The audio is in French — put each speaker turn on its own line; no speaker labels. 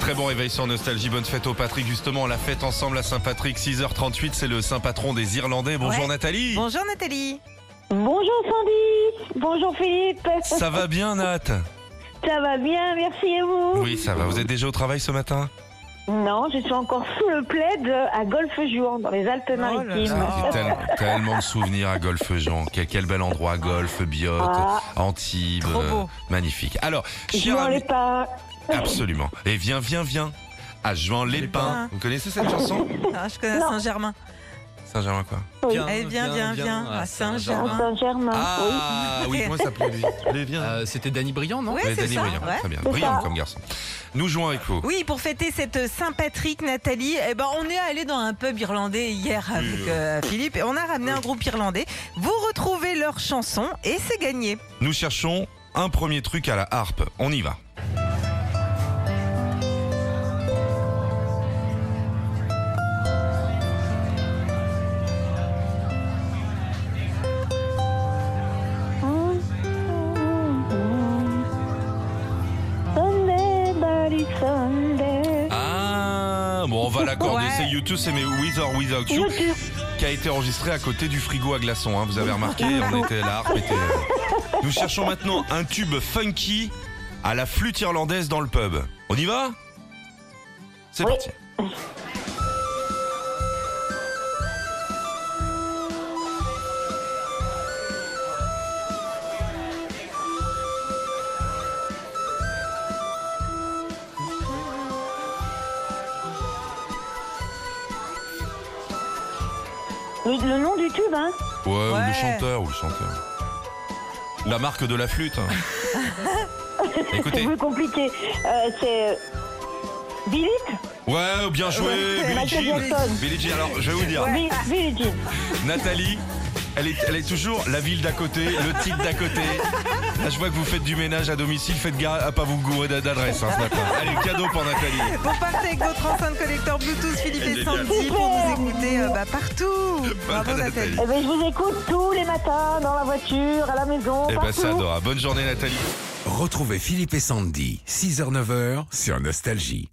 Très bon réveil sur Nostalgie. Bonne fête au Patrick. Justement, on la fête ensemble à Saint-Patrick, 6h38. C'est le saint patron des Irlandais. Bonjour
Ouais.
Nathalie.
Bonjour Nathalie.
Bonjour Sandy, bonjour Philippe,
Ça va bien, Nat
Ça va bien, merci et vous
Oui, ça va. Vous êtes déjà au travail ce matin
Non, je suis encore sous le plaid euh, à Golfe-Jour, dans les
Oh là
Alpes-Maritimes.
là.
J'ai tel- tellement de souvenirs à Golfe Jean. Quel, quel bel endroit, Golfe, Biote,
Ah.
Antibes.
Trop beau.
euh, magnifique. Alors,
je
cher
m'en
ami-
ai pas.
Absolument. Et viens, viens, viens. À Juan Lépin.
Lépin.
Vous connaissez cette chanson
Ah, je connais
Non.
Saint-Germain.
Saint-Germain, quoi.
Oui.
Allez, Oh, eh, viens, viens, viens,
Ah,
à
À
Saint-Germain.
Saint-Germain,
Ah oui, comment il s'appelait lui Lui, viens.
Euh, C'était Danny Briand, non
Ouais,
Ouais,
c'est
Danny
ça.
Brillant,
ouais.
Très bien.
C'est
Brillant
ça.
comme garçon. Nous jouons avec vous.
Oui, pour fêter cette Saint-Patrick, Nathalie, eh ben, on est allé dans un pub irlandais hier avec euh, Philippe et on a ramené un groupe irlandais. Vous retrouvez leur chanson et c'est gagné.
Nous cherchons un premier truc à la harpe. On y va.
oui. Sunday, buddy, Sunday.
Ah, bon, on va l'accorder.
Ouais.
C'est You Too, c'est mais With or Without You,
YouTube.
qui a été enregistré à côté du frigo à glaçons. hein. Vous avez remarqué, on était la harpe était. euh. Nous cherchons maintenant un tube funky à la flûte irlandaise dans le pub. On y va C'est parti.
Le, le nom du tube, hein
Ouais, ou le
Ouais.
chanteur, ou le chanteur. Ou la marque de la flûte. hein.
C'est
Écoutez,
plus compliqué. Euh, c'est. Billy
ouais, bien joué,
Ouais,
Billie
Michael
Jean.
Jackson.
Billie Jean, alors je vais vous dire,
Bi- Billie Jean.
Nathalie, elle est, elle est toujours la ville d'à côté, le titre d'à côté. Là, je vois que vous faites du ménage à domicile, faites gaffe à pas vous gourer d'a- d'adresse hein, ce matin. Allez, cadeau pour Nathalie.
Vous partez avec votre enceinte collecteur Bluetooth Philippe
Elle
et
est
Sandy
bien.
pour nous écouter euh, bah, partout.
Voilà,
Bravo Nathalie.
Eh ben, je vous écoute tous les matins, dans la voiture, à la maison,
Eh ben,
partout.
ça adora. Bonne journée, Nathalie.
Retrouvez Philippe et Sandy, 6h-9h sur Nostalgie.